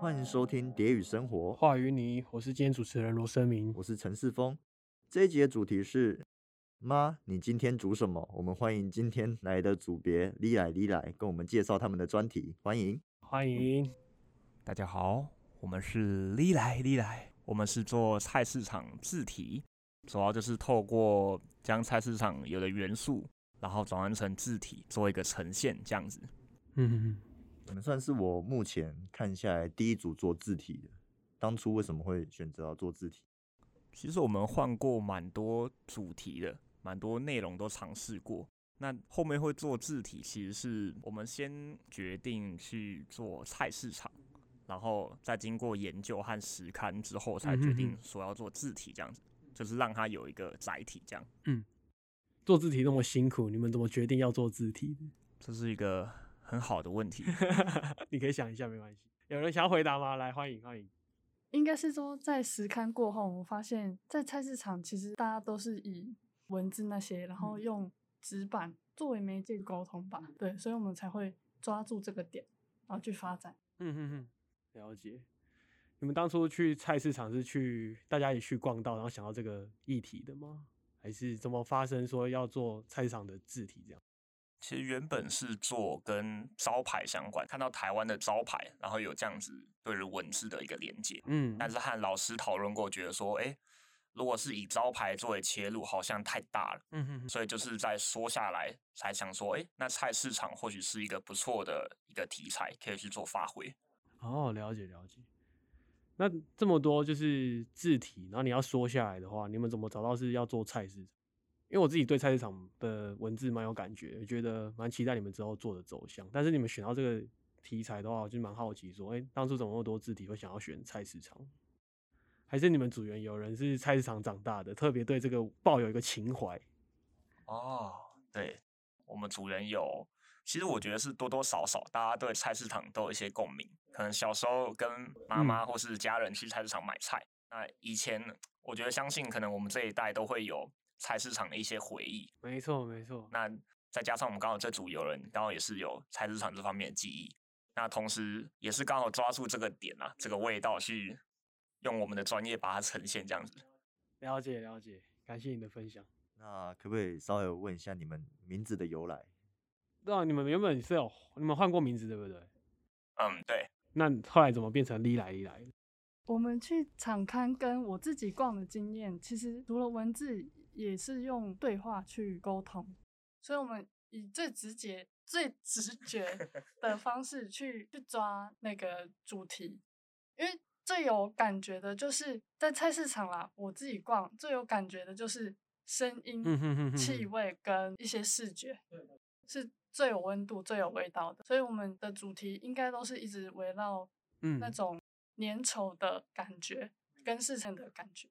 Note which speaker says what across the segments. Speaker 1: 欢迎收听《蝶语生活》，
Speaker 2: 话与你，我是今天主持人罗生明。
Speaker 1: 我是陈世峰。这一集的主题是：妈，你今天煮什么？我们欢迎今天来的组别李来李来，跟我们介绍他们的专题。欢迎。
Speaker 2: 欢迎，
Speaker 3: 大家好，我们是利来利来，我们是做菜市场字体，主要就是透过将菜市场有的元素，然后转换成字体做一个呈现，这样子。
Speaker 2: 嗯，
Speaker 1: 你们算是我目前看下来第一组做字体的。当初为什么会选择要做字体？
Speaker 3: 其实我们换过蛮多主题的，蛮多内容都尝试过。那后面会做字体，其实是我们先决定去做菜市场，然后再经过研究和实刊之后，才决
Speaker 2: 嗯
Speaker 3: 定
Speaker 2: 哼
Speaker 3: 说要做字体，这样子，就是让它有一个载体，这样。
Speaker 2: 做字体那么辛苦，你们怎么决定要做字体的？
Speaker 3: 这是一个很好的问题。
Speaker 2: 你可以想一下，没关系。有人想要回答吗？来，欢迎，欢迎。
Speaker 4: 应该是说，在实刊过后，我发现，在菜市场其实大家都是以文字那些，然后用纸板作为媒介沟通吧。对，所以我们才会抓住这个点，然后去发展。
Speaker 2: 嗯哼哼，了解。你们当初去菜市场是去大家一起去逛到，然后想到这个议题的吗？还是怎么发生说要做菜市场的字体这样？
Speaker 3: 其实原本是做跟招牌相关，看到台湾的招牌，然后有这样子对于文字的一个连接。
Speaker 2: 嗯
Speaker 3: 但是和老师讨论过，觉得说，哎，如果是以招牌作为切入，好像太大了，
Speaker 2: 嗯哼哼，
Speaker 3: 所以就是在缩下来，才想说，哎，那菜市场或许是一个不错的一个题材，可以去做发挥。
Speaker 2: 哦，了解了解。那这么多就是字体，然后你要缩下来的话，你们怎么找到是要做菜市场？因为我自己对菜市场的文字蛮有感觉，我觉得蛮期待你们之后做的走向。但是你们选到这个题材的话，我就蛮好奇说，哎、当初怎么那么多字体会想要选菜市场？还是你们组员有人是菜市场长大的，特别对这个抱有一个情怀？
Speaker 3: 哦，对，我们组员有，其实我觉得是多多少少，大家对菜市场都有一些共鸣。可能小时候跟妈
Speaker 2: 嗯
Speaker 3: 妈或是家人去菜市场买菜，那以前我觉得相信可能我们这一代都会有菜市场的一些回忆。
Speaker 2: 没错，没错。
Speaker 3: 那再加上我们刚好这组有人刚好也是有菜市场这方面的记忆，那同时也是刚好抓住这个点啊，这个味道去用我们的专业把它呈现这样子。
Speaker 2: 了解了解，感谢你的分享。
Speaker 1: 那可不可以稍微问一下你们名字的由来？
Speaker 2: 对啊，你们原本是有你们换过名字对不对？
Speaker 3: 嗯，对，
Speaker 2: 那后来怎么变成利来利来？
Speaker 4: 我们去场刊跟我自己逛的经验，其实除了文字，也是用对话去沟通，所以我们以最直接、最直 觉的方式去去抓那个主题，因为最有感觉的就是在菜市场啦，我自己逛最有感觉的就是声音、
Speaker 2: 嗯哼哼
Speaker 4: 气味跟一些视觉，是最有温度、最有味道的，所以我们的主题应该都是一直围绕
Speaker 2: 嗯
Speaker 4: 那种粘稠的感觉跟市场的感觉。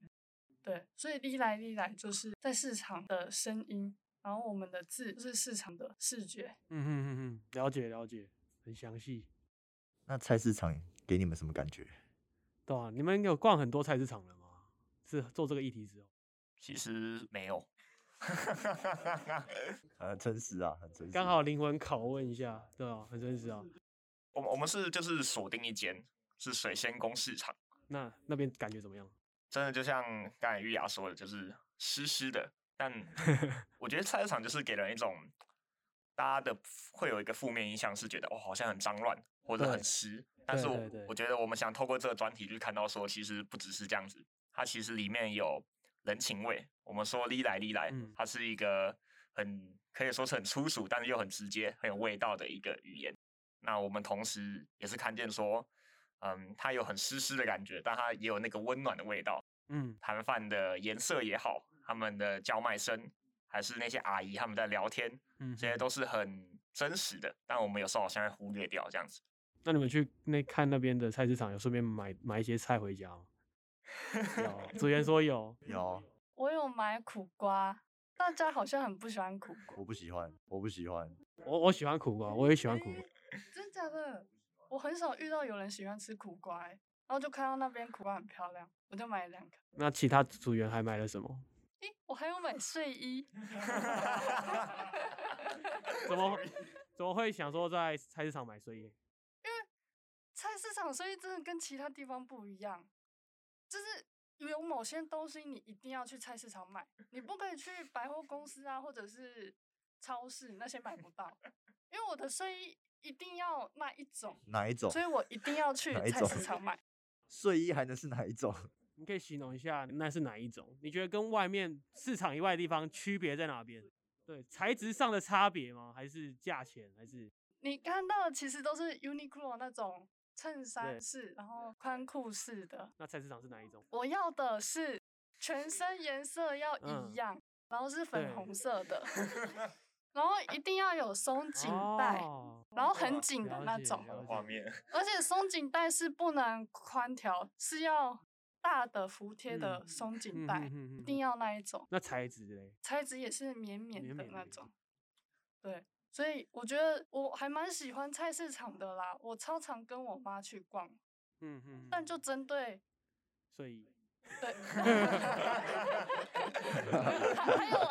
Speaker 4: 对，所以历来历来就是在市场的声音，然后我们的字就是市场的视觉。
Speaker 2: 嗯哼哼哼，了解了解，很详细。
Speaker 1: 那菜市场给你们什么感觉？
Speaker 2: 对啊，你们有逛很多菜市场了吗？是做这个议题之后，
Speaker 3: 其实没有。
Speaker 1: 很诚实啊，很诚实。
Speaker 2: 刚好灵魂拷问一下，对啊，很真实啊。
Speaker 3: 我们我们是就是锁定一间是水仙宫市场，
Speaker 2: 那那边感觉怎么样？
Speaker 3: 真的就像刚才玉雅说的，就是湿湿的。 但我觉得菜市场就是给人一种大家的会有一个负面印象，是觉得哦好像很脏乱或者
Speaker 2: 对
Speaker 3: 很湿。但是
Speaker 2: 对
Speaker 3: 我
Speaker 2: 对对
Speaker 3: 我觉得我们想透过这个专题去看到说，其实不只是这样子，它其实里面有人情味。我们说历来历来
Speaker 2: 嗯，
Speaker 3: 它是一个很可以说是很粗俗，但是又很直接、很有味道的一个语言。那我们同时也是看见说，嗯，它有很湿湿的感觉，但它也有那个温暖的味道。
Speaker 2: 嗯，
Speaker 3: 摊贩的颜色也好，他们的叫卖声，还是那些阿姨他们在聊天，
Speaker 2: 嗯
Speaker 3: 这些都是很真实的。但我们有时候好像会忽略掉这样子。
Speaker 2: 那你们去那看那边的菜市场，有顺便买买一些菜回家吗？有，组员说有。
Speaker 1: 有，
Speaker 4: 我有买苦瓜，大家好像很不喜欢苦瓜，
Speaker 1: 我不喜欢，我不喜欢。
Speaker 2: 我我喜欢苦瓜，我也喜欢苦瓜。
Speaker 4: 真的假的？我很少遇到有人喜欢吃苦瓜、欸，然后就看到那边苦瓜很漂亮，我就买了两个。
Speaker 2: 那其他组员还买了什么？
Speaker 4: 诶、我还有买睡衣，
Speaker 2: 怎么怎么会想说在菜市场买睡衣？
Speaker 4: 菜菜市场生意真的跟其他地方不一样，就是有某些东西你一定要去菜市场买，你不可以去百货公司啊，或者是超市那些买不到，因为我的生意一定要卖一种，
Speaker 1: 哪一种
Speaker 4: 所以我一定要去
Speaker 1: 哪一
Speaker 4: 菜
Speaker 1: 种
Speaker 4: 市场买。
Speaker 1: 睡衣还能是哪一种？
Speaker 2: 你可以形容一下那是哪一种？你觉得跟外面市场以外的地方区别在哪边？对，材质上的差别吗？还是价钱？还是
Speaker 4: 你看到的其实都是 Uniqlo 那种衬衫式，然后宽裤式的。
Speaker 2: 那菜市场是哪一种？
Speaker 4: 我要的是全身颜色要
Speaker 2: 嗯
Speaker 4: 一样，然后是粉
Speaker 2: 对
Speaker 4: 红色 的，然后一定要有松紧带，
Speaker 2: 哦
Speaker 4: 然后很紧的
Speaker 2: 了
Speaker 4: 那
Speaker 2: 解
Speaker 4: 种，
Speaker 2: 了
Speaker 5: 画
Speaker 2: 解
Speaker 5: 面，
Speaker 4: 而且松紧带是不能宽条，是要大的服帖的
Speaker 2: 嗯
Speaker 4: 松紧
Speaker 2: 嗯
Speaker 4: 带，
Speaker 2: 哼哼
Speaker 4: 一
Speaker 2: 哼
Speaker 4: 定要那一种。
Speaker 2: 那材质嘞？
Speaker 4: 材质也是绵绵
Speaker 2: 绵
Speaker 4: 的
Speaker 2: 绵
Speaker 4: 那
Speaker 2: 的
Speaker 4: 种。对，所以我觉得我还蛮喜欢菜市场的啦，我超常跟我妈去逛，
Speaker 2: 嗯嗯，
Speaker 4: 但就针对
Speaker 2: 所以
Speaker 4: 对，
Speaker 2: 嗯
Speaker 4: 还还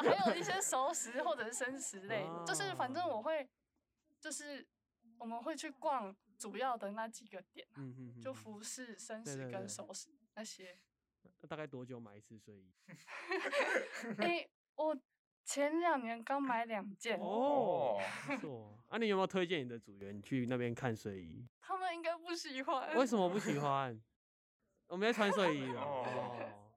Speaker 4: 有还有一些熟食或者是生食类，
Speaker 2: 哦
Speaker 4: 就是反正我会就是我们会去逛主要的那几个点，
Speaker 2: 嗯嗯，哼
Speaker 4: 就
Speaker 2: 哼
Speaker 4: 服饰、生
Speaker 2: 对
Speaker 4: 食
Speaker 2: 对对
Speaker 4: 跟熟食那些。
Speaker 2: 那大概多久买一次睡衣？
Speaker 4: 诶、我前两年刚买两件，
Speaker 2: 哦
Speaker 5: 哦，
Speaker 2: 不错。啊，你有没有推荐你的组员去那边看睡衣？
Speaker 4: 他们应该不喜欢。
Speaker 2: 为什么不喜欢？我没在穿睡衣了。
Speaker 5: 哦
Speaker 2: 哦，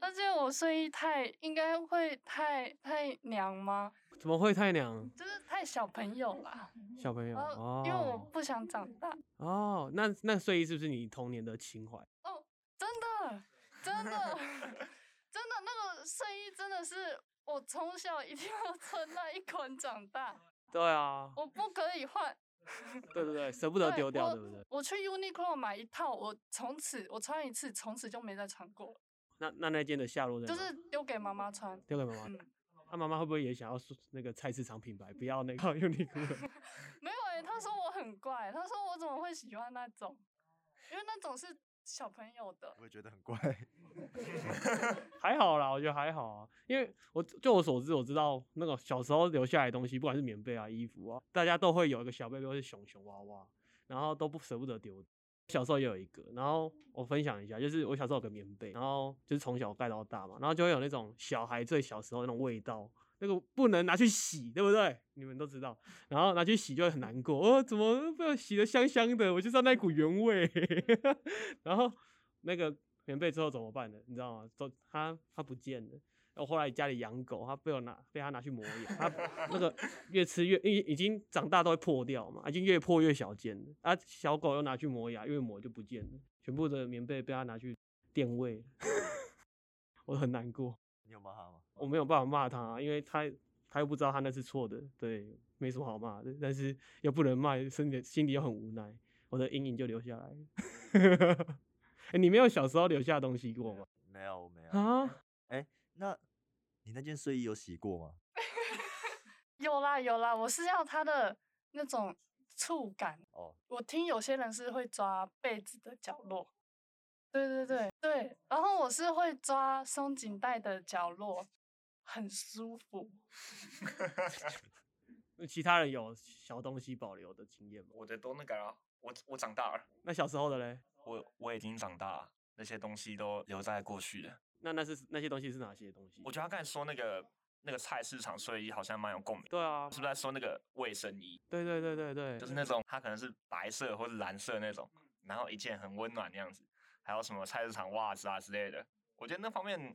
Speaker 4: 而且我睡衣太应该会太太娘吗？
Speaker 2: 怎么会太娘？
Speaker 4: 就是太小朋友啦，
Speaker 2: 小朋友
Speaker 4: 然后呃因为我
Speaker 2: 哦
Speaker 4: 不想长大。
Speaker 2: 哦，那那睡衣是不是你童年的情怀？
Speaker 4: 哦，真的，真的，真的，那个睡衣真的是我从小一定要穿那一款长大，
Speaker 2: 对啊，
Speaker 4: 我不可以换。
Speaker 2: 对对对，舍不得
Speaker 4: 对
Speaker 2: 丢掉，
Speaker 4: 我
Speaker 2: 对不对？
Speaker 4: 我去 Uniqlo 买一套，我从此我穿一次，从此就没再穿过了，
Speaker 2: 那那那件的下落在
Speaker 4: 就
Speaker 2: 哪
Speaker 4: 是丢给妈妈穿。
Speaker 2: 丢给妈妈
Speaker 4: 嗯。
Speaker 2: 那妈妈会不会也想要说那个菜市场品牌，不要那个 Uniqlo？
Speaker 4: 没有诶、他说我很怪，他说我怎么会喜欢那种？因为那种是小朋友的
Speaker 1: 我。也觉得很怪。
Speaker 2: 还好啦，我觉得还好啊，因为我就我所知，我知道那个小时候留下来的东西，不管是棉被啊、衣服啊，大家都会有一个小贝贝或是熊熊娃娃，然后都不舍不得丢。小时候也有一个，然后我分享一下，就是我小时候有个棉被，然后就是从小盖到大嘛，然后就会有那种小孩最小时候那种味道，那个不能拿去洗，对不对？你们都知道，然后拿去洗就会很难过，哦，怎么被洗的香香的？我就知道那股原味。 然后那个棉被之后怎么办呢？你知道吗？都它它不见了。然后后来家里养狗，它被我拿被它拿去磨牙，它那个越吃越已已经长大都会破掉嘛，已经越破越小件了。啊，小狗又拿去磨牙，越磨就不见了，全部的棉被被它拿去垫位了， 我很难过。
Speaker 1: 你有骂他吗？
Speaker 2: 我没有办法骂他、因为他他又不知道他那是错的，对，没什么好骂的，但是又不能骂，身体心里又很无奈，我的阴影就留下来了。 欸你没有小时候留下的东西过吗？
Speaker 1: 没有，我没有。
Speaker 2: 啊，
Speaker 1: 那你那件睡衣有洗过吗？
Speaker 4: 有啦有啦，我是要它的那种触感。
Speaker 1: 哦，
Speaker 4: 我听有些人是会抓被子的角落，对对对对，然后我是会抓松紧带的角落，很舒服。
Speaker 2: 那其他人有小东西保留的经验吗？
Speaker 5: 我的都那个
Speaker 3: 啊
Speaker 5: 了，我我长大了，
Speaker 2: 那小时候的嘞？
Speaker 5: 我我已经长大了，那些东西都留在过去了。
Speaker 2: 那那是那些东西是哪些东西？
Speaker 5: 我觉得他刚才说那个那个菜市场睡衣好像蛮有共鸣，
Speaker 2: 对啊
Speaker 5: 是，不是在说那个卫生衣？
Speaker 2: 对对对对对，
Speaker 5: 就是那种它可能是白色或者蓝色那种，然后一件很温暖的样子，还有什么菜市场袜子啊之类的。我觉得那方面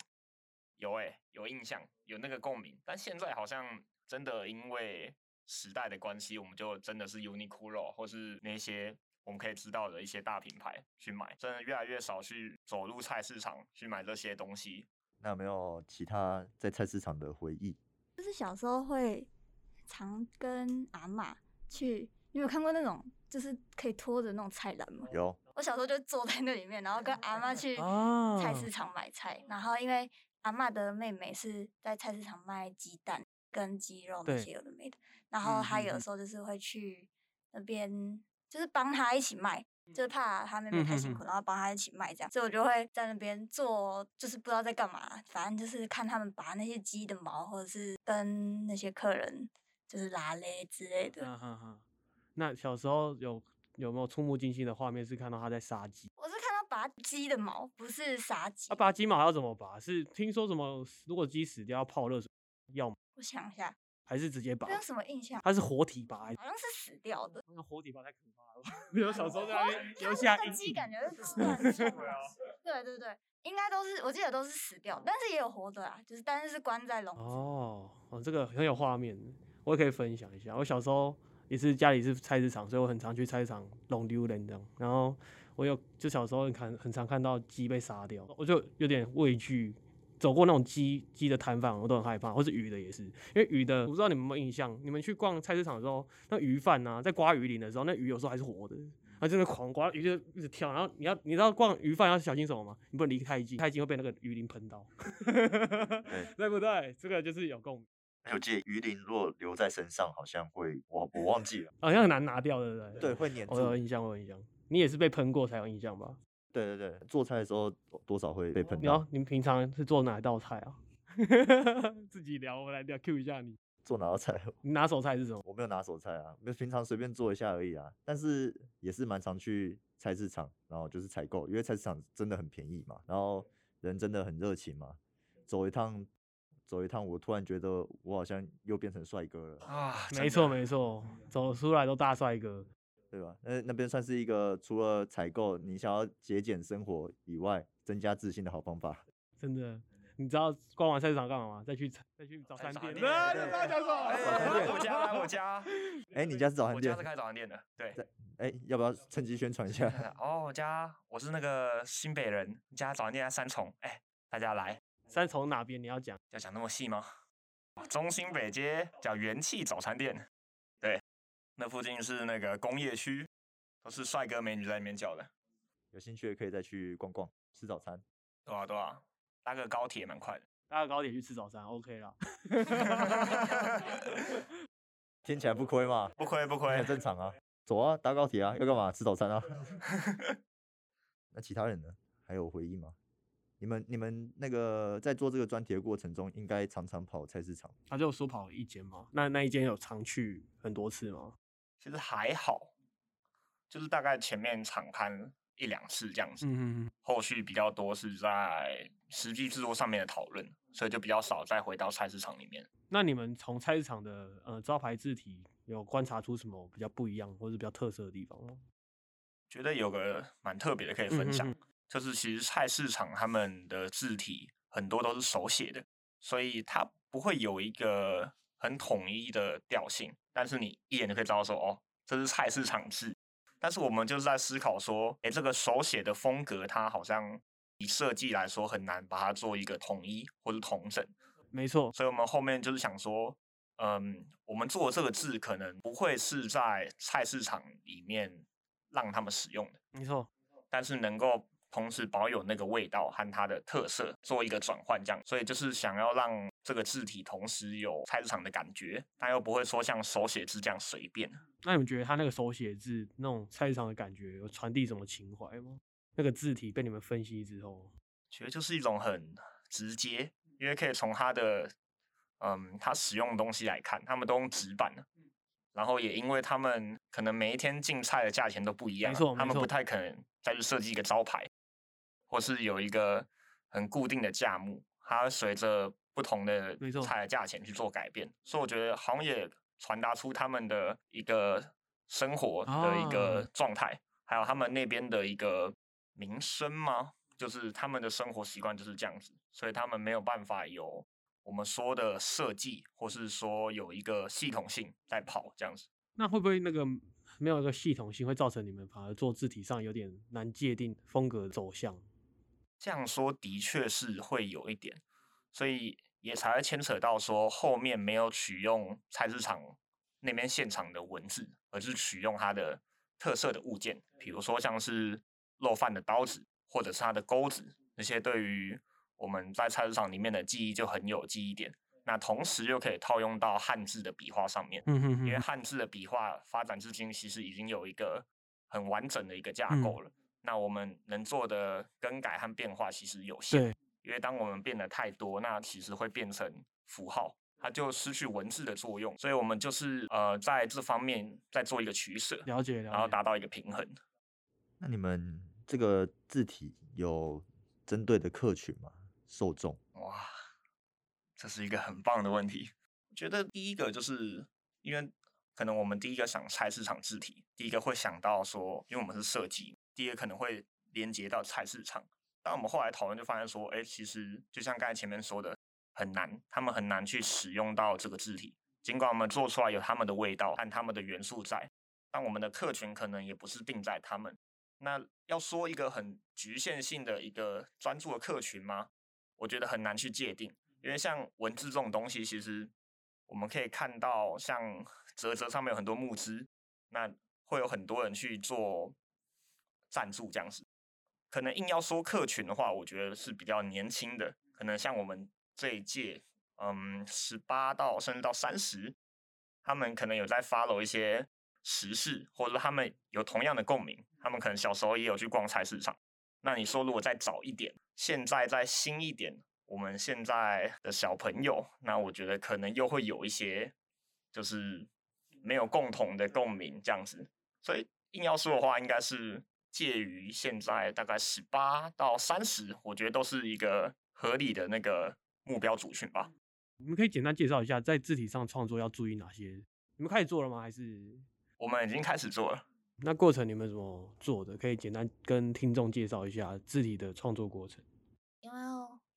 Speaker 5: 有诶、有印象，有那个共鸣。但现在好像真的因为时代的关系，我们就真的是 Uniqlo 或是那些我们可以知道的一些大品牌去买，真的越来越少去走入菜市场去买这些东西。
Speaker 1: 那有没有其他在菜市场的回忆？
Speaker 6: 就是小时候会常跟阿嬷去，你有看过那种就是可以拖着那种菜篮吗？
Speaker 1: 有，
Speaker 6: 我小时候就坐在那里面，然后跟阿嬷去
Speaker 2: 啊
Speaker 6: 菜市场买菜，然后因为阿嬷的妹妹是在菜市场卖鸡蛋跟鸡肉那
Speaker 2: 对
Speaker 6: 些有的没的，然后
Speaker 2: 嗯
Speaker 6: 她
Speaker 2: 嗯
Speaker 6: 有
Speaker 2: 嗯
Speaker 6: 时候就是会去那边，就是帮她一起卖。就是怕她妹妹
Speaker 2: 嗯
Speaker 6: 太
Speaker 2: 哼
Speaker 6: 辛
Speaker 2: 哼
Speaker 6: 苦，然后帮她一起卖这样，所以我就会在那边做，就是不知道在干嘛，反正就是看他们拔那些鸡的毛，或者是跟
Speaker 2: 嗯
Speaker 6: 那些客人就是拉勒之类的。
Speaker 2: 啊哈哈。那小时候有有没有触目惊心的画面是看到他在杀鸡？
Speaker 6: 我是看到拔鸡的毛，不是杀鸡。
Speaker 2: 啊，拔鸡毛要怎么拔？是听说什么？如果鸡死掉要泡热水，
Speaker 6: 我想一下，
Speaker 2: 还是直接拔
Speaker 6: 没？有什么印象，
Speaker 2: 它是活体拔，
Speaker 6: 好像是死掉的。
Speaker 2: 那活体拔太可怕了吧。 有小时候在那 边留
Speaker 6: 它
Speaker 2: 下
Speaker 6: 那
Speaker 2: 阴
Speaker 6: 个鸡
Speaker 2: 影
Speaker 6: 感觉是断送的，对对对，应该都是我记得都是死掉，但是也有活的啦，就是但是是关在笼子。
Speaker 2: 哦，哦，这个很有画面，我也可以分享一下。我小时候也是家里是菜市场，所以我很常去菜市场弄榴莲这样。然后我有就小时候很看很常看到鸡被杀掉，我就有点畏惧。走过那种鸡鸡的摊贩，我都很害怕，或是鱼的也是，因为鱼的我不知道你们有没有印象，你们去逛菜市场的时候，那鱼贩啊，在刮鱼鳞的时候，那鱼有时候还是活的，它真的狂刮，鱼就一直跳，然后你要你知道逛鱼贩要小心什么吗？你不能离太近，太近会被那个鱼鳞喷到。 对不对？这个就是有共鸣，
Speaker 1: 还有记得鱼鳞若留在身上，好像会我我忘记了，
Speaker 2: 好像很难拿掉，对不对？
Speaker 1: 对，，会粘住
Speaker 2: 我。有印象，我有印象。你也是被喷过才有印象吧？
Speaker 1: 对对对，做菜的时候多少会被喷
Speaker 2: 然后
Speaker 1: 到，
Speaker 2: 你们平常是做哪一道菜啊？ 自己聊，我来聊 Q 一下你。
Speaker 1: 做哪道菜？
Speaker 2: 你拿手菜是什么？
Speaker 1: 我没有拿手菜啊，没有平常随便做一下而已啊。但是也是蛮常去菜市场，然后就是采购，因为菜市场真的很便宜嘛，然后人真的很热情嘛。走一趟，走一趟，我突然觉得我好像又变成帅哥了，
Speaker 3: 啊，真
Speaker 2: 没错
Speaker 3: 的
Speaker 2: 没错，走出来都大帅哥。
Speaker 1: 对吧？那那边算是一个除了采购，你想要节俭生活以外，增加自信的好方法。
Speaker 2: 真的。你知道逛完菜市场干嘛吗？再去菜再去早
Speaker 3: 早
Speaker 2: 餐
Speaker 3: 餐
Speaker 2: 店。
Speaker 3: 店
Speaker 2: 啊
Speaker 3: 对
Speaker 2: 这大家讲什么
Speaker 3: 哎
Speaker 1: 早餐店
Speaker 3: 我家来 我家，
Speaker 1: 哎、你家是早餐
Speaker 3: 我家
Speaker 1: 店
Speaker 3: 是？开早餐店的，对。
Speaker 1: 哎、要不要趁机宣传一下？
Speaker 3: 哦，我家我是那个新北人，家早餐店在三重，哎、大家来，
Speaker 2: 三重哪边？你要讲。
Speaker 3: 要讲那么细吗？中心北街叫元气早餐店，对，那附近是那个工业区，都是帅哥美女在里面叫的，
Speaker 1: 有兴趣的可以再去逛逛，吃早餐。
Speaker 3: 对啊对啊，搭个高铁蛮快的。
Speaker 2: 搭个高铁去吃早餐，OK 啦。
Speaker 1: 听起来不亏嘛，
Speaker 3: 不亏不亏
Speaker 1: 很，正常啊。走啊，搭高铁啊，要干嘛？吃早餐啊。 那其他人呢？还有回忆吗？你们你们那个在做这个专题的过程中，应该常常跑菜市场。
Speaker 2: 他就说跑了一间嘛，那那一间有常去很多次吗？
Speaker 3: 其实还好，就是大概前面场刊一两次这样子，
Speaker 2: 嗯嗯
Speaker 3: 后续比较多是在实际制作上面的讨论，所以就比较少再回到菜市场里面。
Speaker 2: 那你们从菜市场的呃招牌字体有观察出什么比较不一样或者比较特色的地方吗？
Speaker 3: 觉得有个蛮特别的可以分享，
Speaker 2: 嗯嗯
Speaker 3: 就是其实菜市场他们的字体很多都是手写的，所以它不会有一个很统一的调性，但是你一眼就可以知道说，哦，这是菜市场字。但是我们就是在思考说，诶，这个手写的风格，它好像以设计来说很难把它做一个统一或是统整，
Speaker 2: 没错，
Speaker 3: 所以我们后面就是想说，嗯，我们做的这个字可能不会是在菜市场里面让他们使用的。
Speaker 2: 没错，
Speaker 3: 但是能够同时保有那个味道和它的特色，做一个转换，这样，所以就是想要让这个字体同时有菜市场的感觉，但又不会说像手写字这样随便。
Speaker 2: 那你们觉得他那个手写字那种菜市场的感觉有传递什么情怀吗？那个字体被你们分析之后，
Speaker 3: 其实就是一种很直接，因为可以从它的嗯它使用的东西来看，他们都用纸板的，
Speaker 2: 嗯
Speaker 3: 然后也因为他们可能每一天进菜的价钱都不一样啊
Speaker 2: 没错，
Speaker 3: 他
Speaker 2: 没
Speaker 3: 们不
Speaker 2: 错
Speaker 3: 太可能再去设计一个招牌，或是有一个很固定的价目，它随着不同的
Speaker 2: 没错
Speaker 3: 菜的价钱去做改变，所以我觉得好像也传达出他们的一个生活的一个
Speaker 2: 啊
Speaker 3: 状态，还有他们那边的一个民生吗？就是他们的生活习惯就是这样子，所以他们没有办法有我们说的设计，或是说有一个系统性在跑这样子。
Speaker 2: 那会不会那个没有一个系统性，会造成你们反而做字体上有点难界定风格走向？
Speaker 3: 这样说的确是会有一点，所以也才会牵扯到说后面没有取用菜市场那边现场的文字，而是取用它的特色的物件，比如说像是漏饭的刀子，或者是它的钩子，那些对于我们在菜市场里面的记忆就很有记忆点。那同时又可以套用到汉字的笔画上面，
Speaker 2: 嗯哼
Speaker 3: 因为汉字的笔画发展至今，其实已经有一个很完整的一个架
Speaker 2: 嗯
Speaker 3: 构了。那我们能做的更改和变化其实有限
Speaker 2: 对，
Speaker 3: 因为当我们变得太多，那其实会变成符号，它就失去文字的作用。所以我们就是呃在这方面再做一个取舍，
Speaker 2: 了解
Speaker 3: 然后
Speaker 2: 了解。
Speaker 3: 达到一个平衡。
Speaker 1: 那你们这个字体有针对的客群吗？受众？
Speaker 3: 哇，这是一个很棒的问题。我觉得第一个就是因为可能我们第一个想菜市场字体，第一个会想到说，因为我们是设计，第一个可能会连接到菜市场。但我们后来讨论就发现说，哎，其实就像刚才前面说的，很难，他们很难去使用到这个字体。尽管我们做出来有他们的味道和他们的元素在，但我们的客群可能也不是定在他们。那要说一个很局限性的一个专注的客群吗？我觉得很难去界定，因为像文字这种东西，其实我们可以看到，像泽泽上面有很多募资，那会有很多人去做赞助这样子。可能硬要说客群的话，我觉得是比较年轻的，可能像我们这一届，嗯，十八到甚至到三十，他们可能有在 follow 一些时事，或者他们有同样的共鸣，他们可能小时候也有去逛菜市场。那你说，如果再早一点，现在再新一点，我们现在的小朋友，那我觉得可能又会有一些，就是没有共同的共鸣这样子。所以硬要说的话，应该是介于现在大概十八到三十，我觉得都是一个合理的那个目标族群吧。
Speaker 2: 你们可以简单介绍一下，在字体上创作要注意哪些？你们开始做了吗？还是
Speaker 3: 我们已经开始做了。
Speaker 2: 那过程你们怎么做的？可以简单跟听众介绍一下字体的创作过程。
Speaker 6: 因为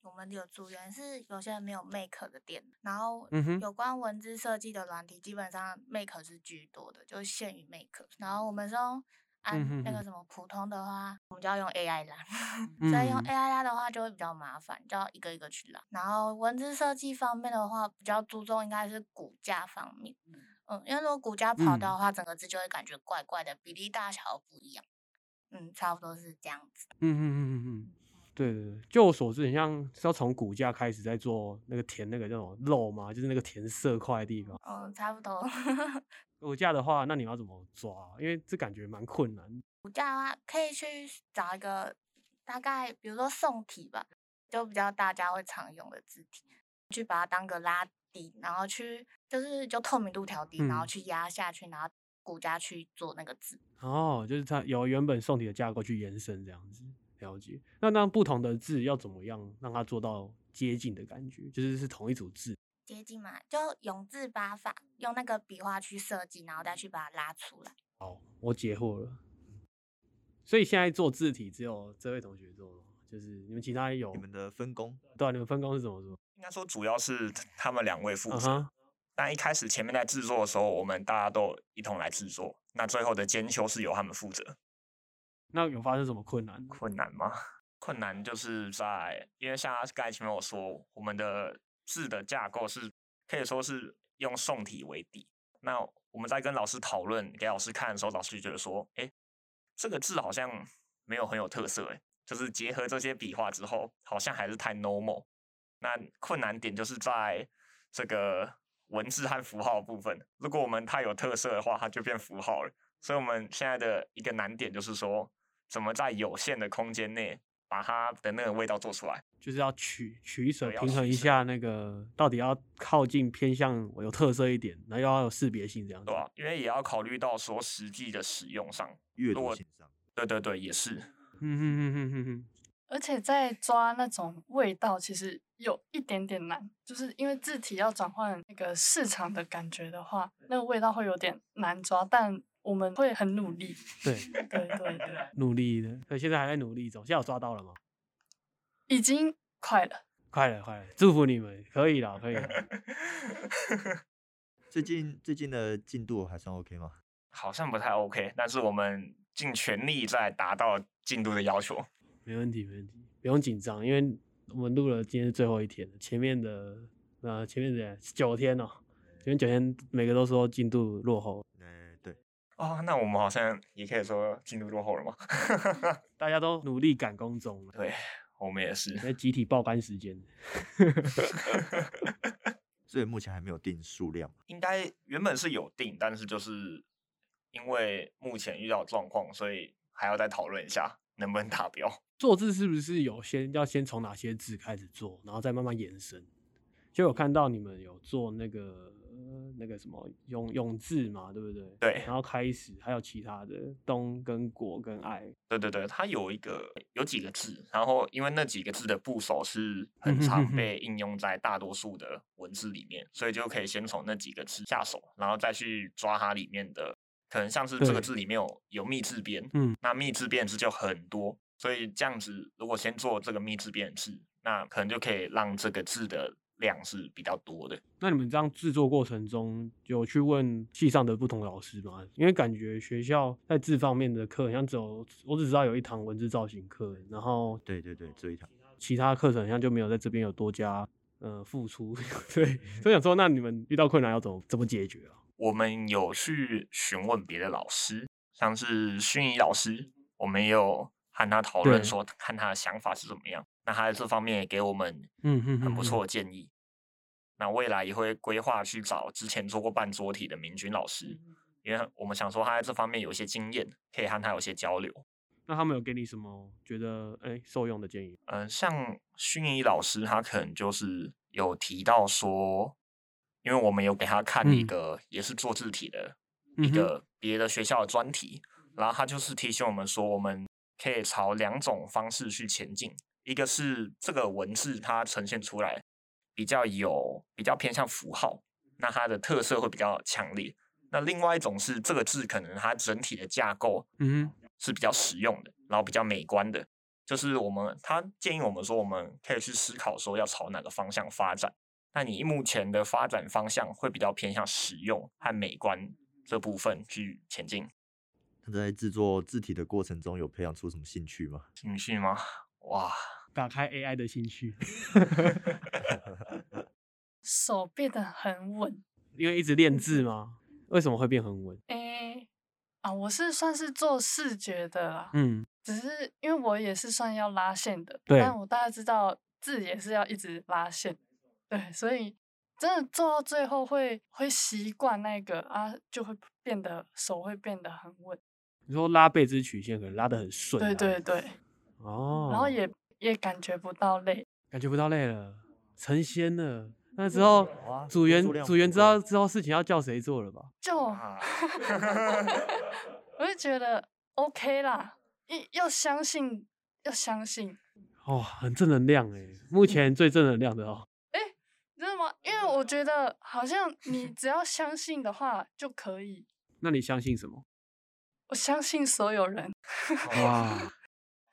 Speaker 6: 我们有组员是有些人没有 Make 的店，然后
Speaker 2: 嗯哼
Speaker 6: 有关文字设计的软体，基本上 Make 是居多的，就限于 Make。然后我们是用
Speaker 2: 嗯哼
Speaker 6: 按那
Speaker 2: 哼
Speaker 6: 个什么普通的话，我们就要用 AI 拉，所以用
Speaker 2: 嗯
Speaker 6: AI 拉的话就会比较麻烦，就要一个一个去拉。然后文字设计方面的话，比较注重应该是骨架方面，嗯，因为如果骨架跑掉
Speaker 2: 嗯
Speaker 6: 的话，整个字就会感觉怪怪的，比例大小不一样，嗯，差不多是这样子。
Speaker 2: 嗯嗯嗯嗯嗯，对对对，就我所知，很像是要从骨架开始在做那个填那个叫什么肉嘛，就是那个填色块的地方。
Speaker 6: 嗯，差不多。
Speaker 2: 骨架的话，那你们要怎么抓？因为这感觉蛮困难。
Speaker 6: 暑假的话，可以去找一个大概，比如说宋体吧，就比较大家会常用的字体，去把它当个拉低，然后去就是就透明度调低，然后
Speaker 2: 嗯
Speaker 6: 去压下去，然后骨架去做那个字。
Speaker 2: 哦，就是它由原本宋体的架构去延伸这样子，了解。那让不同的字要怎么样让它做到接近的感觉，就是是同一组字。
Speaker 6: 接近嘛，就永字八法，用那个笔画去设计，然后再去把它拉出来。
Speaker 2: 我解惑了。所以现在做字体只有这位同学做吗？就是你们其他有
Speaker 1: 你们的分工？
Speaker 2: 对、啊，你们分工是怎么做？
Speaker 3: 应该说，主要是他们两位负
Speaker 2: 啊
Speaker 3: 责。
Speaker 2: 哈，
Speaker 3: 那一开始前面在制作的时候，我们大家都有一同来制作。那最后的监修是由他们负责。
Speaker 2: 那有发生什么困难？
Speaker 3: 困难吗？ 困难就是在，因为像刚才前面我说，我们的字的架构是可以说是用宋体为底。那我们在跟老师讨论，给老师看的时候，老师就觉得说，哎，这个字好像没有很有特色，哎，就是结合这些笔画之后，好像还是太 normal。那困难点就是在这个文字和符号的部分，如果我们太有特色的话，它就变符号了。所以我们现在的一个难点就是说，怎么在有限的空间内把它的那个味道做出来。
Speaker 2: 就是要取取舍，
Speaker 3: 哦对要
Speaker 2: 平衡
Speaker 3: 取
Speaker 2: 一
Speaker 3: 舍
Speaker 2: 下那个到底要靠近偏向有特色一点，然后又要有识别性这样子
Speaker 3: 对。啊吧、因为也要考虑到说实际的使用上。
Speaker 1: 阅
Speaker 3: 如
Speaker 1: 读
Speaker 3: 果
Speaker 1: 性上，
Speaker 3: 对对对，也是。
Speaker 2: 嗯哼哼哼哼哼，
Speaker 4: 而且在抓那种味道，其实有一点点难，就是因为字体要转换那个市场的感觉的话，那个味道会有点难抓，但我们会很努力。
Speaker 2: 对，
Speaker 4: 对对对，
Speaker 2: 努力的，所以现在还在努力中。现在有抓到了吗？
Speaker 4: 已经快了。
Speaker 2: 快了，快了，祝福你们，可以 了，可以了。
Speaker 1: 最近最近的进度还算 OK 吗？
Speaker 3: 好像不太 OK，但是我们尽全力在达到进度的要求。
Speaker 2: 没问题，没问题，不用紧张，因为我们录了今天是最后一天了，前面的呃前面的九天哦、前面九天每个都说进度落后，
Speaker 1: 哎，对，
Speaker 3: 哦，那我们好像也可以说进度落后了吗？
Speaker 2: 大家都努力赶工中了，
Speaker 3: 对， 我们也是。
Speaker 2: 在集体爆肝时间。
Speaker 1: 所以目前还没有定数量嘛。
Speaker 3: 应该原本是有定，但是就是因为目前遇到状况，所以还要再讨论一下能不能达标。
Speaker 2: 做字是不是有先要先从哪些字开始做，然后再慢慢延伸？就有看到你们有做那个、呃那个什么永永字嘛，对不对？
Speaker 3: 对
Speaker 2: 然后开始还有其他的东跟果跟爱，
Speaker 3: 对对对，它有一个有几个字，然后因为那几个字的部首是
Speaker 2: 嗯
Speaker 3: 很常被应用在大多数的文字里面，所以就可以先从那几个字下手，然后再去抓它里面的，可能像是这
Speaker 2: 对
Speaker 3: 个字里面有有密字边，
Speaker 2: 嗯，
Speaker 3: 那密字边的字就很多，所以这样子如果先做这个密字边的字，那可能就可以让这个字的量是比较多的。
Speaker 2: 那你们这样制作过程中，有去问系上的不同老师吗？因为感觉学校在这方面的课，好像只有我只知道有一堂文字造型课，然后
Speaker 1: 对对对，这一条
Speaker 2: 其他课程好像就没有在这边有多加呃付出。 对，所以想说，那你们遇到困难要怎么怎么解决啊？
Speaker 3: 我们有去询问别的老师，像是训仪老师，我们也有和他讨论
Speaker 2: 对
Speaker 3: 说，看他的想法是怎么样。那他在这方面也给我们
Speaker 2: 嗯哼
Speaker 3: 很
Speaker 2: 哼
Speaker 3: 不
Speaker 2: 哼
Speaker 3: 错的建议。那未来也会规划去找之前做过半桌体的明君老师，因为我们想说他在这方面有一些经验，可以和他有些交流。
Speaker 2: 那他们有给你什么觉得哎、受用的建议？
Speaker 3: 嗯，像训仪老师，他可能就是有提到说，因为我们有给他看一
Speaker 2: 嗯
Speaker 3: 个也是做字体的
Speaker 2: 嗯
Speaker 3: 一
Speaker 2: 哼
Speaker 3: 个别的学校的专题，然后他就是提醒我们说，我们可以朝两种方式去前进，一个是这个文字它呈现出来比较有比较偏向符号，那它的特色会比较强烈；那另外一种是这个字可能它整体的架构
Speaker 2: 嗯哼，
Speaker 3: 是比较实用的，然后比较美观的。就是我们他建议我们说，我们可以去思考说要朝哪个方向发展。那你目前的发展方向会比较偏向实用和美观这部分去前进，
Speaker 1: 那在制作字体的过程中，有培养出什么兴趣吗？
Speaker 3: 你信吗？ 哇，
Speaker 2: 打开 AI 的兴趣，
Speaker 4: 手变得很稳。
Speaker 2: 因为一直练字吗？为什么会变很稳？
Speaker 4: 诶、啊，我是算是做视觉的啦，
Speaker 2: 嗯，
Speaker 4: 只是因为我也是算要拉线的，
Speaker 2: 对
Speaker 4: 但我大概知道字也是要一直拉线，对，所以真的做到最后会会习惯那个啊，就会变得手会变得很稳，
Speaker 2: 你说拉贝兹曲线可能拉得很顺，啊
Speaker 4: 对对，对，
Speaker 2: 哦，
Speaker 4: 然后也也感觉不到累，
Speaker 2: 感觉不到累了，成仙了。那之后
Speaker 1: 有啊
Speaker 2: 组员
Speaker 1: 工作量
Speaker 2: 组员
Speaker 1: 不
Speaker 2: 知道
Speaker 1: 够
Speaker 2: 之后事情要叫谁做了吧？
Speaker 4: 就
Speaker 3: 啊
Speaker 4: 我就觉得 OK 啦，一要相信，要相信，
Speaker 2: 哦，很正能量哎，目前最正能量的哦。
Speaker 4: 真的吗？因为
Speaker 2: 啊
Speaker 4: 我觉得好像你只要相信的话就可以，
Speaker 2: 那你相信什么？
Speaker 4: 我相信所有人，
Speaker 2: 哇，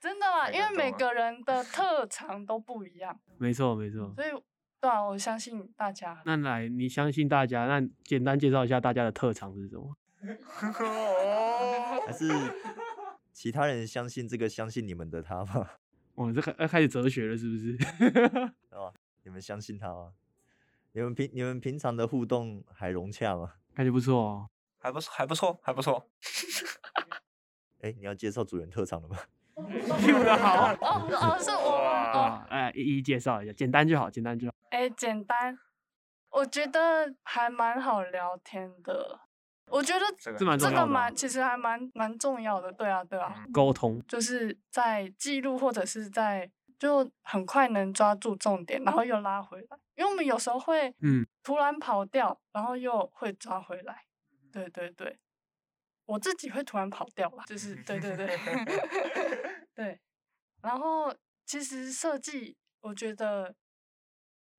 Speaker 4: 真的啦，
Speaker 3: 太
Speaker 4: 因为
Speaker 3: 感
Speaker 4: 每
Speaker 3: 动了
Speaker 4: 个人的特长都不一样，
Speaker 2: 没错没错。
Speaker 4: 所以对啊，我相信大家。
Speaker 2: 那来，你相信大家，那简单介绍一下大家的特长是什么？
Speaker 1: 还是其他人相信这个相信你们的他吗？
Speaker 2: 哇，这开要开始哲学了是不是？
Speaker 1: 你们相信他吗？你们平你们平常的互动还融洽吗？
Speaker 2: 感觉不错哦。
Speaker 3: 还不错，还不错，还不错。
Speaker 1: 哎、你要介绍组员特长了吗？
Speaker 2: Q 的好
Speaker 4: 哦哦，是我吗哦，
Speaker 2: 哇，哎，一一介绍一下，简单就好，简单就好。
Speaker 4: 哎、简单，我觉得还蛮好聊天的。我觉得
Speaker 3: 这个
Speaker 2: 这蛮重
Speaker 4: 这
Speaker 2: 要
Speaker 4: 个
Speaker 2: 的啊嗯
Speaker 4: 蛮，其实还蛮蛮重要的，对啊，对啊，
Speaker 2: 沟通，
Speaker 4: 就是在记录或者是在就很快能抓住重点，然后又拉回来，因为我们有时候会
Speaker 2: 嗯
Speaker 4: 突然跑掉，然后又会抓回来，对对对，我自己会突然跑掉啦，就是对对 对对，然后其实设计，我觉得，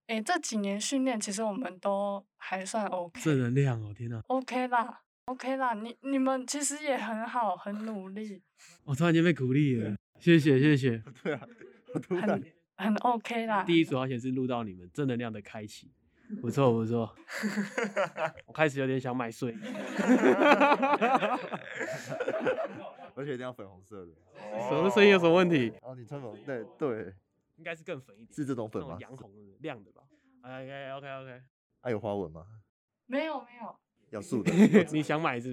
Speaker 4: 诶，这几年训练其实我们都还算 OK，
Speaker 2: 正能量哦，天哪！
Speaker 4: OK 啦，OK 啦，你你们其实也很好，很努力，
Speaker 2: 我突然间被鼓励了，谢谢谢谢。
Speaker 1: 对啊，我 突然
Speaker 4: 很很 OK 啦。
Speaker 2: 第一组要显示录到你们正能量的开启，不错不 错。我开始有点想买 睡衣。
Speaker 1: 而且一定要粉红色的。
Speaker 2: 什么睡衣有什么问题？
Speaker 1: 哦，你穿粉红对对，
Speaker 2: 应该是更粉一点，
Speaker 1: 是这种粉
Speaker 2: 那
Speaker 1: 吗
Speaker 2: 种？洋红的亮的吧。OK OK OK，
Speaker 1: 啊还、有花纹吗？
Speaker 4: 没有没有，
Speaker 1: 要素 的，要
Speaker 2: 你想买是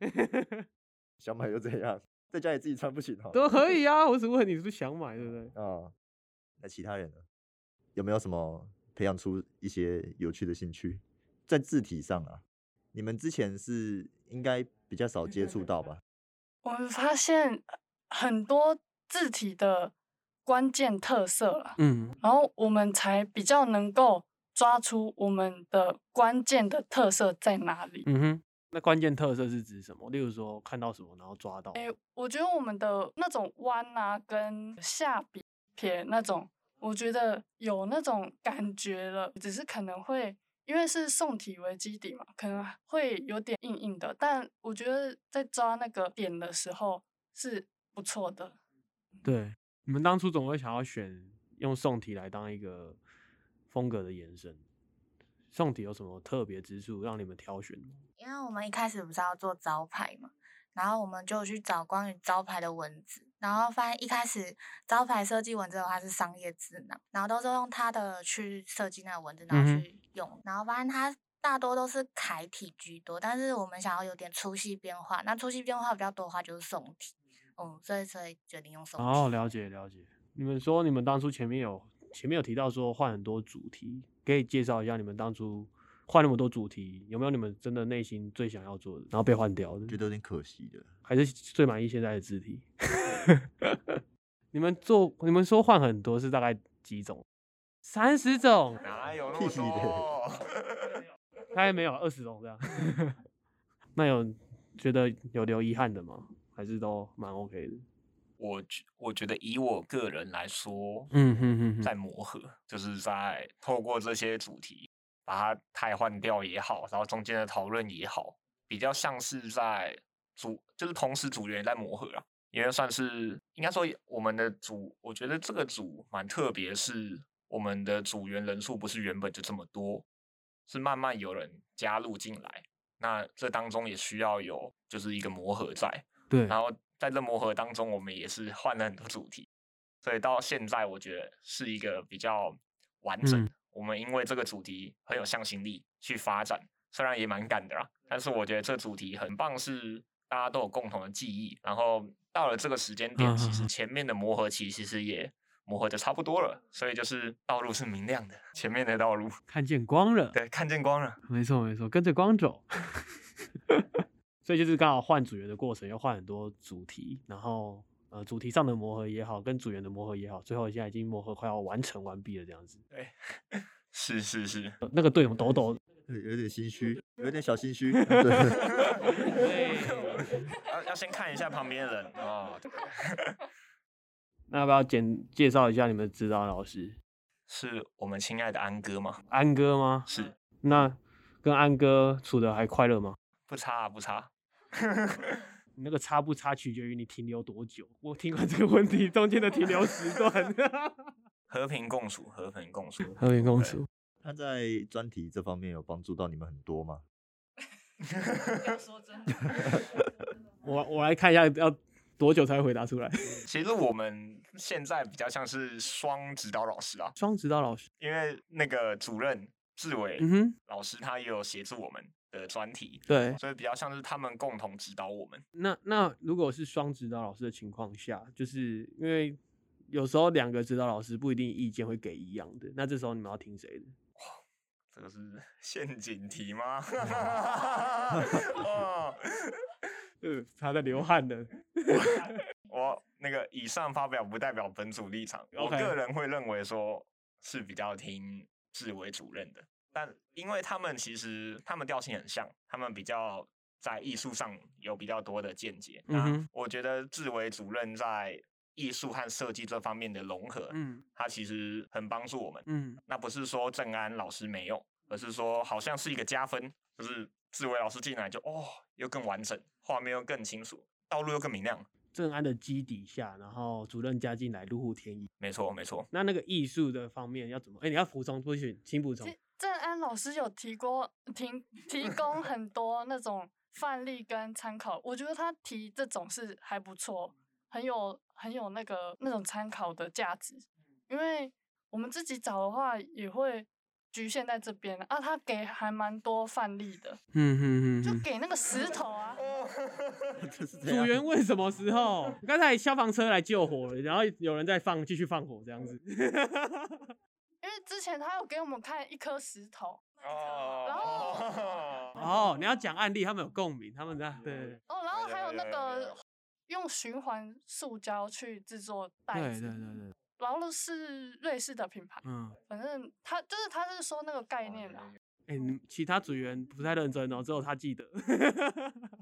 Speaker 2: 不是？
Speaker 1: 想买又怎样？在家里自己穿不行哦。
Speaker 2: 都可以啊，我只问你是不是想买，对不对？
Speaker 1: 啊，那其他人呢？有没有什么培养出一些有趣的兴趣？在字体上啊，你们之前是应该比较少接触到吧？
Speaker 4: 我们发现很多字体的关键特色啦，
Speaker 2: 嗯，
Speaker 4: 然后我们才比较能够抓出我们的关键的特色在哪里。
Speaker 2: 嗯哼，那关键特色是指什么？例如说看到什么然后抓到，
Speaker 4: 哎、我觉得我们的那种弯啊，跟下笔撇那种，我觉得有那种感觉了，只是可能会因为是宋体为基底嘛，可能会有点硬硬的，但我觉得在抓那个点的时候是不错的。
Speaker 2: 对，你们当初怎么会想要选用宋体来当一个风格的延伸？宋体有什么特别之处让你们挑选吗？
Speaker 6: 因为我们一开始不是要做招牌嘛，然后我们就去找关于招牌的文字，然后发现一开始招牌设计文字的话是商业智囊，然后都是用它的去设计那个文字，然后
Speaker 2: 嗯哼
Speaker 6: 去用，然后发现它大多都是楷体居多，但是我们想要有点粗细变化，那粗细变化比较多的话就是宋体，嗯，所以所以决定用宋体。
Speaker 2: 哦，了解了解。你们说你们当初前面有前面有提到说换很多主题，可以介绍一下你们当初换那么多主题，有没有你们真的内心最想要做的，然后被换掉的？
Speaker 1: 觉得有点可惜的。
Speaker 2: 还是最满意现在的字体？ 你们做你们说换很多是大概几种？三十种？
Speaker 3: 哪有那么
Speaker 1: 屁嘞
Speaker 3: 多？
Speaker 2: 大概没有二十种这样。 那有觉得有留遗憾的吗？还是都蛮 OK 的？
Speaker 3: 我觉我觉得以我个人来说，
Speaker 2: 嗯哼哼哼
Speaker 3: 在磨合，就是在透过这些主题把它汰换掉也好，然后中间的讨论也好，比较像是在组，就是同时组员也在磨合啊。因为算是应该说我们的组，我觉得这个组蛮特别，是我们的组员人数不是原本就这么多，是慢慢有人加入进来。那这当中也需要有就是一个磨合在，
Speaker 2: 对
Speaker 3: 然后在这磨合当中，我们也是换了很多主题，所以到现在我觉得是一个比较完整
Speaker 2: 嗯
Speaker 3: 的。我们因为这个主题很有向心力去发展，虽然也蛮赶的啦，但是我觉得这主题很棒，是大家都有共同的记忆。然后到了这个时间点，其
Speaker 2: 嗯嗯
Speaker 3: 实
Speaker 2: 嗯
Speaker 3: 前面的磨合期其实也磨合的差不多了，所以就是道路是明亮的，前面的道路
Speaker 2: 看见光了。
Speaker 3: 对看见光了。
Speaker 2: 没错没错，跟着光走。 所以就是刚好换组员的过程，要换很多主题，然后呃主题上的磨合也好，跟组员的磨合也好，最后现在已经磨合快要完成完毕了这样子。
Speaker 3: 对，是是是，
Speaker 2: 呃那个队友抖抖，
Speaker 1: 有有点心虚，有点小心 虚。对，
Speaker 3: 要要先看一下旁边的人哦。对
Speaker 2: 那要不要简介绍一下你们的指导老师
Speaker 3: 是我们亲爱的安哥吗？
Speaker 2: 安哥吗？
Speaker 3: 是，
Speaker 2: 那跟安哥处的还快乐吗？
Speaker 3: 不差、啊、不差。
Speaker 2: 那个差不差取决于你停留多久。我听完这个问题中间的停留时 段，
Speaker 3: 和平共处，和平共处，
Speaker 2: 和平共
Speaker 3: 对
Speaker 2: 处。
Speaker 1: 他在专题这方面有帮助到你们很多吗？
Speaker 2: 我我来看一下要多久才会回答出来。
Speaker 3: 其实我们现在比较像是双指导老师啊，
Speaker 2: 双指导老师，
Speaker 3: 因为那个主任志伟
Speaker 2: 嗯哼，
Speaker 3: 老师他也有协助我们的专题，
Speaker 2: 对，
Speaker 3: 所以比较像是他们共同指导我们。
Speaker 2: 那那如果是双指导老师的情况下，就是因为有时候两个指导老师不一定意见会给一样的，那这时候你们要听谁的？
Speaker 3: 这个是陷阱题 吗？ 哦，
Speaker 2: 呃，他在流汗的。
Speaker 3: 我那个以上发表不代表本组立场，我
Speaker 2: OK
Speaker 3: 个人会认为说是比较听志伟主任的，但因为他们其实他们调性很像，他们比较在艺术上有比较多的见解。
Speaker 2: 嗯
Speaker 3: 那
Speaker 2: 哼
Speaker 3: 我觉得志伟主任在艺术和设计这方面的融合，
Speaker 2: 嗯
Speaker 3: 他其实很帮助我们。
Speaker 2: 嗯，
Speaker 3: 那不是说正安老师没有，而是说好像是一个加分，就是志伟老师进来就哦，又更完整，画面又更清楚，道路又更明亮。
Speaker 2: 正安的基底下，然后主任加进来，如虎添翼。
Speaker 3: 没错，没错。
Speaker 2: 那那个艺术的方面要怎么？哎、你要补充，不许请补充
Speaker 4: 其。郑安老师有提过提提 供很多那种范例跟参考，我觉得他提这种是还不错，很有很有那个那种参考的价值。因为我们自己找的话，也会局限在这边啊。他给还蛮多范例的，
Speaker 2: 嗯
Speaker 4: 就。给那个石头啊，
Speaker 1: 这 是这
Speaker 2: 组
Speaker 1: 样。
Speaker 2: 员问什么时候？刚才消防车来救火了，然后有人在放，继续放火这样子。
Speaker 4: 因为之前他有给我们看一颗石头，然
Speaker 3: 哦，
Speaker 2: 哦，你要讲案例，他们有共鸣，他们在对
Speaker 4: 哦，然后
Speaker 3: 有
Speaker 2: 哎
Speaker 4: 还有
Speaker 3: 有
Speaker 4: 那
Speaker 3: 有有有
Speaker 4: 个用循环塑胶去制作袋
Speaker 2: 对
Speaker 4: 子，
Speaker 2: 对对对，
Speaker 4: 劳力士瑞士的品牌，
Speaker 2: 嗯，
Speaker 4: 反正他就是他是说那个
Speaker 3: 哦
Speaker 4: 概念啦，
Speaker 2: 哎、你其他组员不太认真哦，只有他记 得。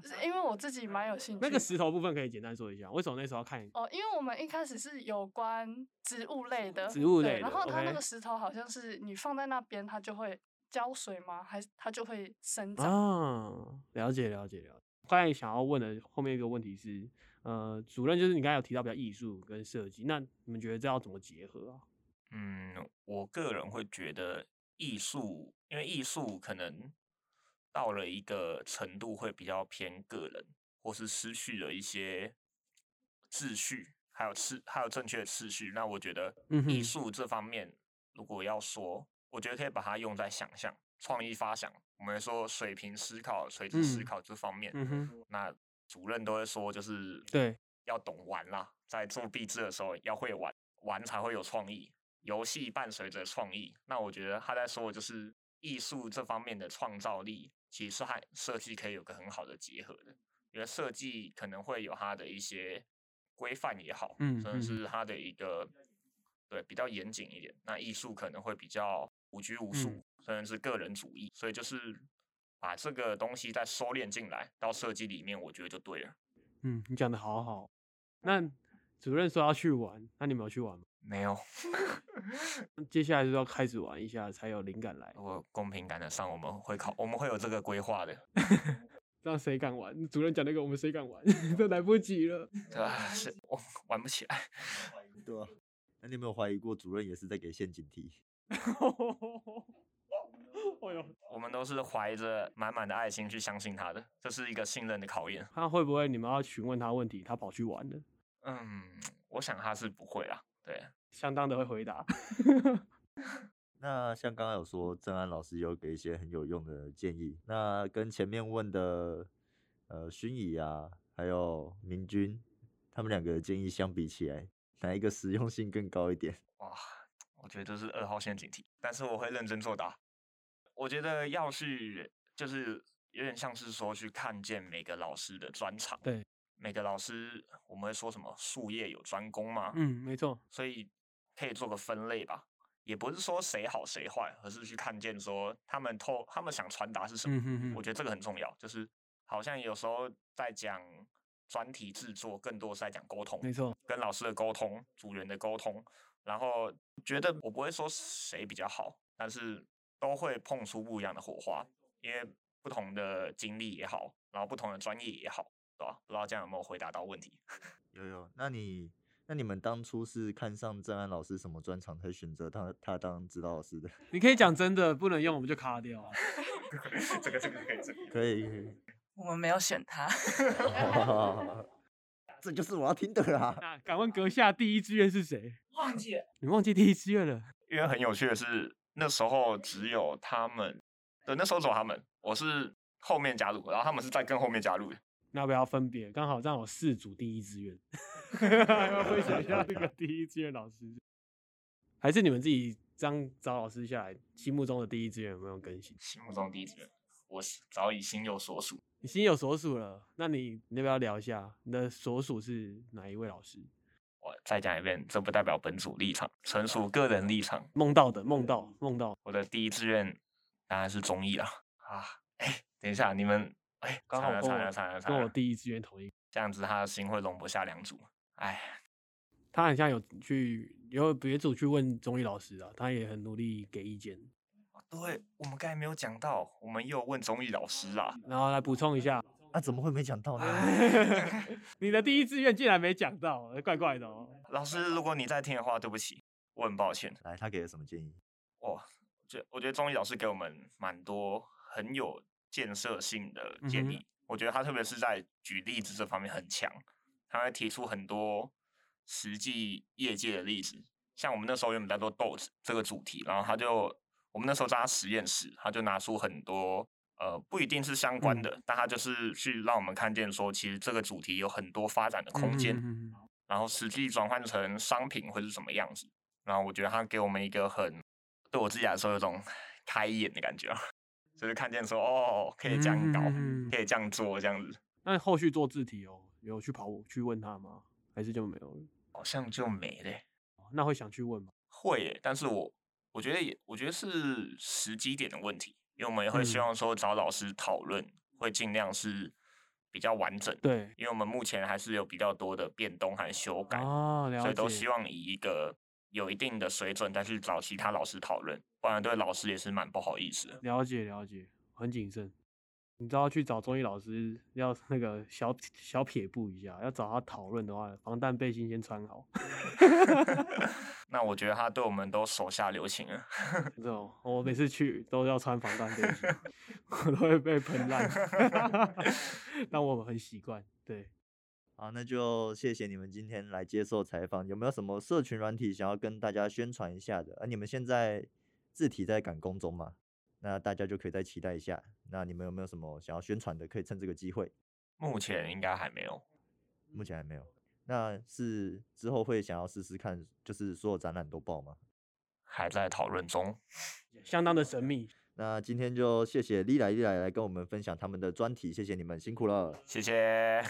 Speaker 4: 就是因为我自己蛮有兴趣。
Speaker 2: 那个石头部分可以简单说一下，为什么那时候要看？
Speaker 4: 哦，因为我们一开始是有关植物类的，
Speaker 2: 植物
Speaker 4: 对
Speaker 2: 类
Speaker 4: 然
Speaker 2: 的
Speaker 4: 后它那
Speaker 2: ，OK
Speaker 4: 个石头好像是你放在那边，它就会浇水吗？还是它就会生长？
Speaker 2: 啊，了解了解了解。刚才想要问的后面一个问题是，呃，主任就是你刚才有提到比较艺术跟设计，那你们觉得这要怎么结合啊？
Speaker 3: 嗯，我个人会觉得艺术，因为艺术可能到了一个程度会比较偏个人，或是失去了一些秩序，还有次还有正确的秩序。那我觉得
Speaker 2: 嗯
Speaker 3: 艺
Speaker 2: 哼
Speaker 3: 术这方面，如果要说，我觉得可以把它用在想象、创意发想，我们说水平思考、垂直思
Speaker 2: 嗯
Speaker 3: 考这方面。
Speaker 2: 嗯哼，
Speaker 3: 那主任都会说，就是
Speaker 2: 对，
Speaker 3: 要懂玩啦，在做壁纸的时候要会玩，玩才会有创意。游戏伴随着创意，那我觉得他在说的就是艺术这方面的创造力，其实和设计可以有个很好的结合的，因为设计可能会有它的一些规范也好，
Speaker 2: 嗯
Speaker 3: 甚
Speaker 2: 嗯
Speaker 3: 至是它的一个对比较严谨一点。那艺术可能会比较无拘无束，
Speaker 2: 嗯
Speaker 3: 甚至是个人主义，所以就是把这个东西再收敛进来到设计里面，我觉得就对了。
Speaker 2: 嗯，你讲的好好。那主任说要去玩，那你们有去玩吗？
Speaker 3: 没有，
Speaker 2: 接下来就是要开始玩一下，才有灵感来。哦
Speaker 3: 如果公平赶得上，我们会考，我们会有这个规划的。
Speaker 2: 让谁敢玩？主任讲那个，我们谁敢玩？ 都来不及 了。
Speaker 3: 对啊，是我玩不起来。
Speaker 1: 对啊，那你有没有怀疑过主任也是在给陷阱题？
Speaker 2: 哎呦，
Speaker 3: 我们都是怀着满满的爱心去相信他的，这是一个信任的考验。
Speaker 2: 他会不会你们要询问他问题，他跑去玩了？
Speaker 3: 嗯，我想他是不会啦。对，
Speaker 2: 相当的会回答。
Speaker 1: 那像刚刚有说，郑安老师有给一些很有用的建议。那跟前面问的呃勋乙啊，还有明君，他们两个的建议相比起来，哪一个实用性更高一点？
Speaker 3: 哇，我觉得这是二号陷阱题，但是我会认真作答。我觉得要去就是有点像是说去看见每个老师的专长。
Speaker 2: 对，
Speaker 3: 每个老师我们会说什么术业有专攻嘛。
Speaker 2: 嗯，没错。
Speaker 3: 所以可以做个分类吧。也不是说谁好谁坏，而是去看见说他们透他们想传达是什么。
Speaker 2: 嗯哼哼
Speaker 3: 我觉得这个很重要，就是好像有时候在讲专题制作，更多是在讲沟通，
Speaker 2: 没错，
Speaker 3: 跟老师的沟通、组员的沟通。然后觉得我不会说谁比较好，但是都会碰出不一样的火花，因为不同的经历也好，然后不同的专业也好，对吧？不知道这样有没有回答到问题？
Speaker 1: 有有，那你那你们当初是看上郑安老师什么专长才选择他他当指导老师的？
Speaker 2: 你可以讲真的，不能用我们就卡掉啊。
Speaker 3: 这个这个可以，这个
Speaker 1: 可以，可以
Speaker 7: 我们没有选他，
Speaker 1: 这就是我要听的啦。
Speaker 2: 那敢问阁下第一志愿是谁？
Speaker 7: 忘记了。
Speaker 2: 你忘记第一志愿了？
Speaker 3: 因为很有趣的是，那时候只有他们，对，那时候只有他们，我是后面加入，然后他们是在更后面加入的。
Speaker 2: 那要不要分别？刚好让我四组第一志愿， 要不要分享一下这个第一志愿老师？还是你们自己这样找老师下来，心目中的第一志愿有没有更新？
Speaker 3: 心目中第一志愿，我是早已心有所属。
Speaker 2: 你心有所属了，那你你要不要聊一下你的所属是哪一位老师？
Speaker 3: 我再讲一遍，这不代表本组立场，纯属个人立场。
Speaker 2: 梦到的梦到梦到，
Speaker 3: 我的第一志愿当然是中医了啊！哎，等一下，你们哎，
Speaker 2: 刚好跟
Speaker 3: 惨了惨
Speaker 2: 我
Speaker 3: 了惨了
Speaker 2: 跟
Speaker 3: 惨
Speaker 2: 我
Speaker 3: 了，
Speaker 2: 第一志愿同一。
Speaker 3: 这样子他的心会容不下两组。哎，
Speaker 2: 他很像有去有别组去问中医老师啊，他也很努力给意见。
Speaker 3: 哦对我们刚才没有讲到，我们也有问中医老师啊。
Speaker 2: 然后来补充一下，
Speaker 1: 那、啊怎么会没讲到呢？
Speaker 2: 你的第一志愿竟然没讲到，怪怪的哦。
Speaker 3: 老师，如果你在听的话，对不起，我很抱歉。
Speaker 1: 来，他给了什么建议？
Speaker 3: 哇，觉哦我觉得中医老师给我们蛮多很有建设性的
Speaker 2: 嗯
Speaker 3: 建
Speaker 2: 哼
Speaker 3: 议。我觉得他特别是在举例子这方面很强，他会提出很多实际业界的例子。像我们那时候原本在做豆子这个主题，然后他就我们那时候在他实验室，他就拿出很多呃不一定是相关
Speaker 2: 嗯
Speaker 3: 的，但他就是去让我们看见说，其实这个主题有很多发展的空间。
Speaker 2: 嗯嗯
Speaker 3: 然后实际转换成商品会是什么样子。然后我觉得他给我们一个很对我自己来说有种开眼的感觉啊，就是看见说哦，可以这样搞，
Speaker 2: 嗯
Speaker 3: 可以这样做，这样子
Speaker 2: 那后续做字体哦，有去跑去问他吗？还是就没有了？
Speaker 3: 好像就没了欸。
Speaker 2: 哦那会想去问吗？
Speaker 3: 会耶，但是我我觉得也，我觉得是时机点的问题，因为我们也会希
Speaker 2: 嗯
Speaker 3: 望说找老师讨论，会尽量是比较完整，，
Speaker 2: 对，
Speaker 3: 因为我们目前还是有比较多的变动和修改，
Speaker 2: 哦，了
Speaker 3: 所
Speaker 2: 解，
Speaker 3: 以都希望以一个有一定的水准再去找其他老师讨论，不然对老师也是蛮不好意思的。
Speaker 2: 了解了解，很谨慎。你知道去找中医老师要那个小小撇步一下，要找他讨论的话，防弹背心先穿好。
Speaker 3: 那我觉得他对我们都手下留情了。
Speaker 2: 这种我每次去都要穿防弹背心， 我都会被喷 烂， 但我很习惯。对，
Speaker 1: 好，那就谢谢你们今天来接受采访。有没有什么社群软体想要跟大家宣传一下的？啊，你们现在字体在赶工中嘛，那大家就可以再期待一下。那你们有没有什么想要宣传的？可以趁这个机会，
Speaker 3: 目前应该还没有，
Speaker 1: 目前还没有。那是之后会想要试试看，就是所有展览都报吗？
Speaker 3: 还在讨论中。
Speaker 2: 相当的神秘。
Speaker 1: 那今天就谢谢丽来丽来来跟我们分享他们的专题，谢谢你们辛苦了。
Speaker 3: 谢谢。